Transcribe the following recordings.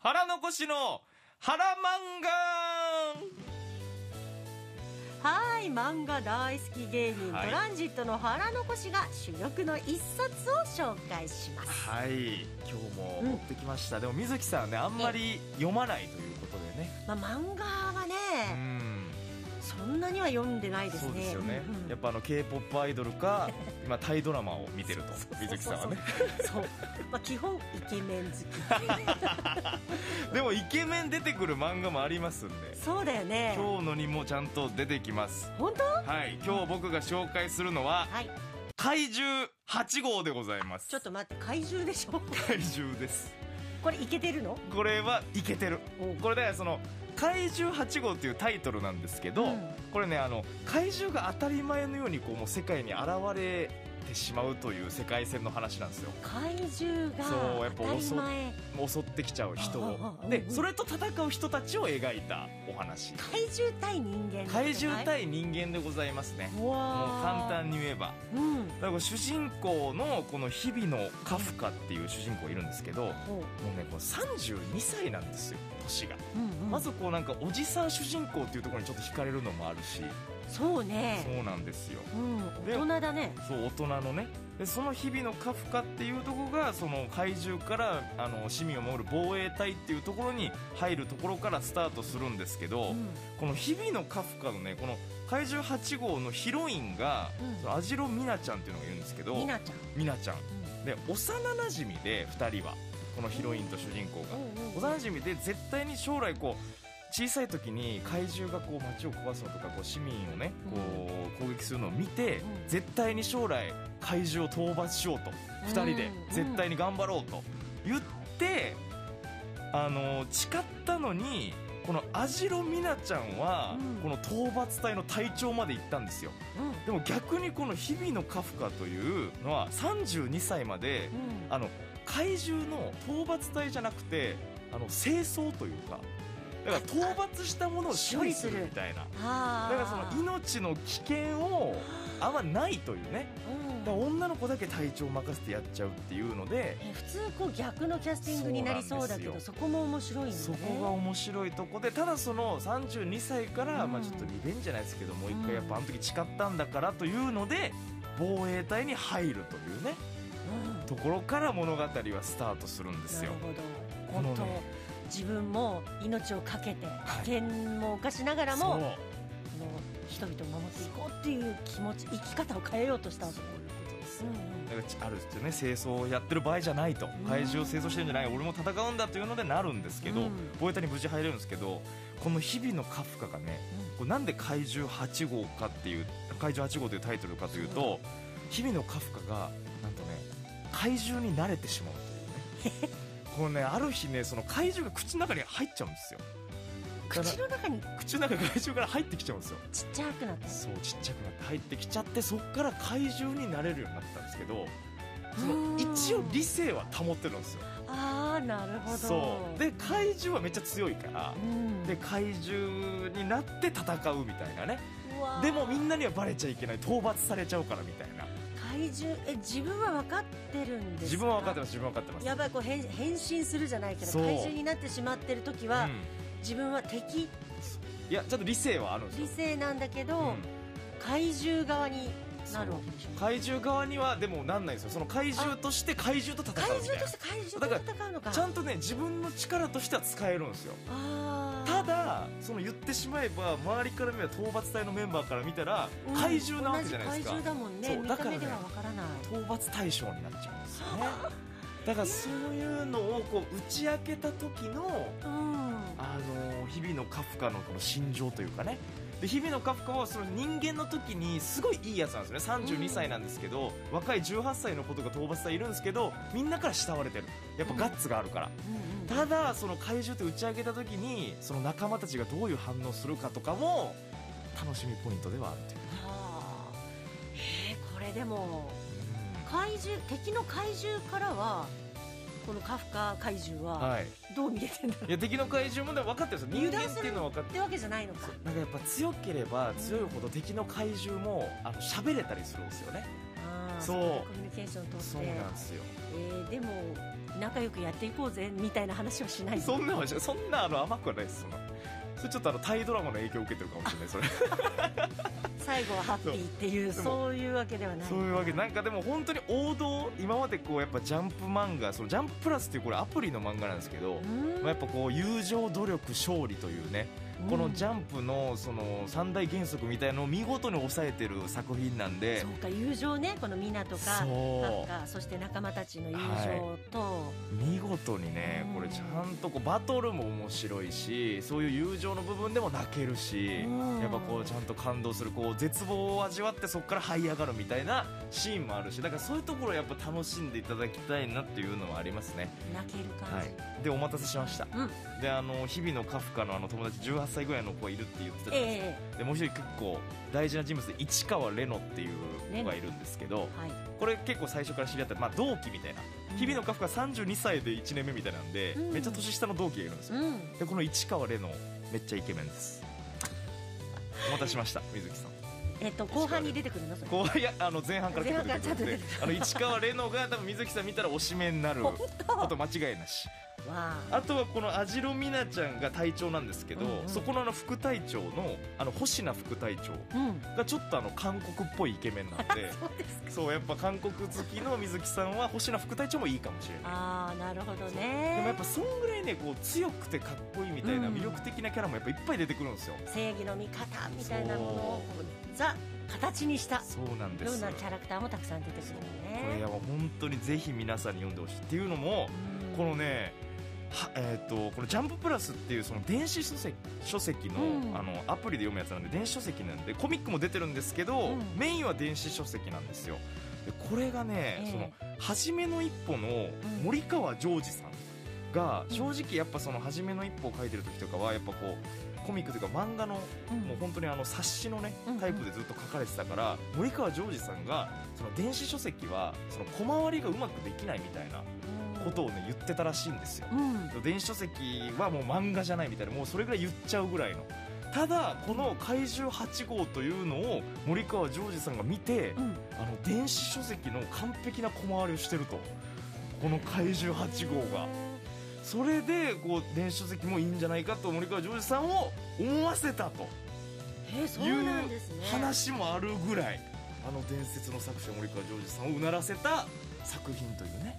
腹残しの腹漫画はい漫画大好き芸人、はいトランジットの腹残しが珠玉の一冊を紹介しますはい今日も持ってきました、でも水木さんはねあんまり読まないということでねまあ、漫画はうね、んそんなには読んでないですそねうですよね、うんうんやっぱあの k p o p アイドル か今タイドラマを見てると水木さんはねそう、まあ、基本イケメン好きでもイケメン出てくる漫画もありますんでそうだよね今日のにもちゃんと出てきます本当ははい今日僕が紹介するのはい怪獣8号でございますちょっと待って怪獣でしょ怪獣ですこれイケてるのこれはいけてるおこれだからその「怪獣8号」っていうタイトルなんですけど、うんこれねあの怪獣が当たり前のようにこうもう世界に現れてしまうという世界線の話なんですよ怪獣そうやがっぱ当たり襲う前もう襲ってきちゃう人あをああうんでうんそれと戦う人たちを描いたお話怪獣対人間怪獣対人間でございますねうもう簡単に言えば単うんだから主人公のこの日々のカフカっていう主人公いるんですけどもおううねこう32歳なんですよ年がうんうんまずこうなんかおじさん主人公っていうところにちょっと惹かれるのもあるしそうねそうなんですようんで大人だねそう大人のねでその日々のカフカっていうところがその怪獣からあの市民を守る防衛隊っていうところに入るところからスタートするんですけど、うんこの日々のカフカのねこの怪獣8号のヒロインが、うんそのアジロミナちゃんっていうのがいるんですけどみなちゃんミナちゃんで幼なじみで2人はこのヒロインと主人公が、うんうんうん幼なじみで絶対に将来こう小さい時に怪獣がこう街を壊すのとかこう市民をねこう攻撃するのを見て、うん絶対に将来怪獣を討伐しようと2人でうん絶対に頑張ろうと言って、あの誓ったのにこのアジロミナちゃんはうこんの討伐隊の隊長まで行ったんですようんでも逆にこの日々のカフカというのは32歳までうんあの怪獣の討伐隊じゃなくてあの清掃というかだから討伐したものを処理す処理するるみたいなだあかーらその命の危険をあんまないというねうんだから女の子だけ隊長を任せてやっちゃうっていうのでえ普通こう逆のキャスティングになりそうだけそうなんどですそこも面白いんだねそこが面白いとこでただその32歳から、うんまあ、ちょっとリベンジじゃないですけどもう一うん回やっぱあの時誓ったんだからというので防衛隊に入るというねうんところから物語はスタートするんですよなるこほのど本当、ね自分も命を懸けてい危険も犯しながらも、そうあの人々を守っていこうっていう気持ち生き方を変えようとしたわけそういうことですうよんうんだからちあるってね清掃をやってる場合じゃないとん怪獣を清掃してるんじゃない俺も戦うんだというのでなるんですけうどん防衛隊に無事入れるんですけどこの日々のカフカがねこれなんで怪獣8号かっていう怪獣8号というタイトルかというと日々のカフカがなんとね怪獣に慣れてしまうと いうねこのねある日ねその怪獣が口の中に入っちゃうんですよ口の中に口の中怪獣から入ってきちゃうんですよちっちゃくなったそうちっちゃくなって入ってきちゃってそっから怪獣になれるようになったんですけどその一応理性は保ってるんですよああなるほどそうで怪獣はめっちゃ強いからうんで怪獣になって戦うみたいなねうわーでもみんなにはバレちゃいけない討伐されちゃうからみたいな怪獣え自分は分かってるんですか自分は分かってますす自分は分かってますやばいこう変変身するじゃないけどそう怪獣になってしまってる時は、うん自分は敵いやちょっと理性はあるん理ですよ性なんだけど、うん怪獣側になるわけでしょ怪獣側にはでもなんないんですよその怪獣として怪獣と戦怪うみた獣いとなして怪獣と戦うのかちゃんとね自分の力としては使えるんですよあーただその言ってしまえば周りから見れば討伐隊のメンバーから見たらうん怪獣なわけじゃないですか、同じ怪獣だもんねそう見だたからね目ではわからない討伐対象になっちゃうんですよ ねだからそういうのをこう打ち明けた時の、うんあのー日々のカフカのこの心情というかねで日々のカフカはその人間の時にすごいいいやつなんですよねう32ん歳なんですけど、若い18歳の子とか討伐隊いるんですけどみんなから慕われてるやっぱガッツがあるから、うんうんただその怪獣って打ち上げた時にその仲間たちがどういう反応するかとかも楽しみポイントではあるというはあえーこれでも怪獣敵の怪獣からはこのカフカ怪獣ははい、どう見えてんだろういや敵の怪獣もね分かってるんですよ人間っていうのは分かっっててわけじゃないのかなんかやっぱ強ければ強いほど敵の怪獣もあの喋れたりするんですよねあーそうコミュニケーションを取そうってなんですよえーでも仲良くやっていこうぜみたいな話はしないそんなのしそんなあの甘くはないですそんなそれちょっとあのタイドラマの影響を受けてるかもしれない それ最後はハッピーっていうそそうういうわけではないそういうわけなんかでも本当に王道今までこうやっぱジャンプ漫画そのジャンププラスっていうこれアプリの漫画なんですけど、まあ、やっぱこう友情努力勝利というねこのジャャンプのその三大原則みたいのを見事に抑えてる作品なんでそうか友情ねこのミナとかそうハッカーそして仲間たちの友情と、見事にねうんこれちゃんとこうバトルも面白いしそういう友情の部分でも泣けるしうんやっぱこうちゃんと感動するこう絶望を味わってそこから這い上がるみたいなシーンもあるしだからそういうところをやっぱ楽しんでいただきたいなっていうのはありますね。泣ける感はじ、い、でお待たせしました、うんであの日々のカフカのあの友達18歳ぐらいの子がいるって言ってたじゃないですか、えでもう一人結構大事な人物で市川レノっていう子がいるんですけどえはいこれ結構最初から知り合った、まあ、同期みたいな日々のカフカ32歳で1年目みたいなんで、うんめっちゃ年下の同期がいるんですよ、うんでこの市川レノめっちゃイケメンですお待たせしま した水木さんえっと後半に出てくるのそれ後輩いやあの前半から結構出てくるん前で半あの市川レノが多分水木さん見たら推しメンになる本当こと間違いなしわああとはこの網代美奈ちゃんが隊長なんですけど、うんうんそこのあの副隊長のあの星名副隊長うんがちょっとあの韓国っぽいイケメンなんで そうですかそうやっぱ韓国好きの水木さんは星名副隊長もいいかもしれないああなるほどでもやねっぱそんぐらいねこう強くてかっこいいみたいなうん魅力的なキャラもやっぱいっぱい出てくるんですよ、正義の味方みたいなものをこうザ形にしたそうなんでようすなキャラクターもたくさん出てくそるうのこれねは本当にぜひ皆さんに読んでほしいっていうのもうんこのねはえー、とこの「ジャンププラス」っていうその電子書籍書籍の,、うんあのアプリで読むやつなんで電子書籍なんでコミックも出てるんですけど、うんメインは電子書籍なんですよでこれがね、ええその初めの一歩のん森川ジョージさんが正直やっぱその初めの一歩を書いてる時とかはやっぱこうコミックというか漫画のうんもう本当にあの冊子のねうんタイプでずっと書かれてたから森川ジョージさんがその電子書籍はその小回りがうまくできないみたいなことをね言ってたらしいんですようん電子書籍はもう漫画じゃないみたいなもうそれぐらい言っちゃうぐらいのただこの怪獣8号というのを森川ジョージさんが見てうんあの電子書籍の完璧な小回りをしてるとこの怪獣8号がそれでこう電子書籍もいいんじゃないかと森川ジョージさんを思わせたとえーそうなんですね話もあるぐらいあの伝説の作者森川ジョージさんをうならせた作品というね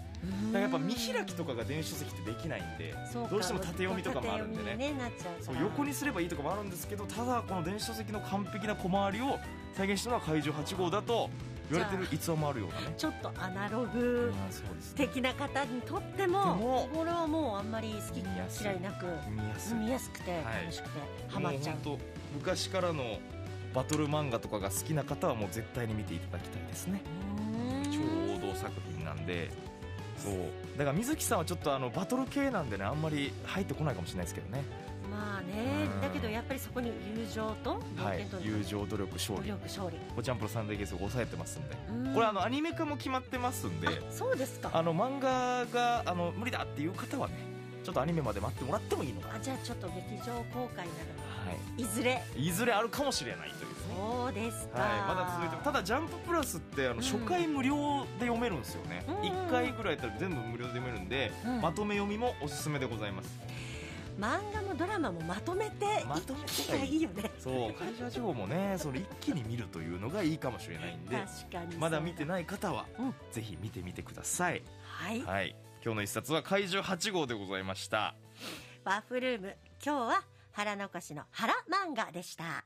だからやっぱ見開きとかが電子書籍ってできないんでそうかどうしても縦読みとかもあるんでね縦読みになっちゃうからそう横にすればいいとかもあるんですけどただこの電子書籍の完璧な小回りを再現したのは怪獣8号だと言われてる逸話もあるようなねちょっとアナロうんグそうですね的な方にとってでももこれはもうあんまり好見やすいき嫌いなく見やすい住みやすくてはい楽しくてハマっちゃうもうほんと昔からのバトル漫画とかが好きな方はもう絶対に見ていただきたいですねうーん超王道作品なんでそうだから水木さんはちょっとあのバトル系なんでねあんまり入ってこないかもしれないですけどね、まあねうんだけどやっぱりそこに友情とは冒い険と、友情努力勝努利力勝利おちゃんぽの三大原則を抑えてますんでうんこれあのアニメ化も決まってますんであそうですかあの漫画があの無理だっていう方はねちょっとアニメまで待ってもらってもいいのかなあじゃあちょっと劇場公開などもはいずれいいずれあるかもしれないというねそうですか、はい、まだ続いてるただ「ジャンププラス」ってあの初回無料で読めるんですよね、うん1回ぐらいやったら全部無料で読めるんで、うんまとめ読みもおすすめでございます漫画もドラマもまとめてまとめて一気がいいよねそう会社情報もねそれ一気に見るというのがいいかもしれないんで確かにまだ見てない方は、うんぜひ見てみてください、はい、はい、今日の一冊は「怪獣8号」でございましたワッフルーム今日は腹残しの腹漫画でした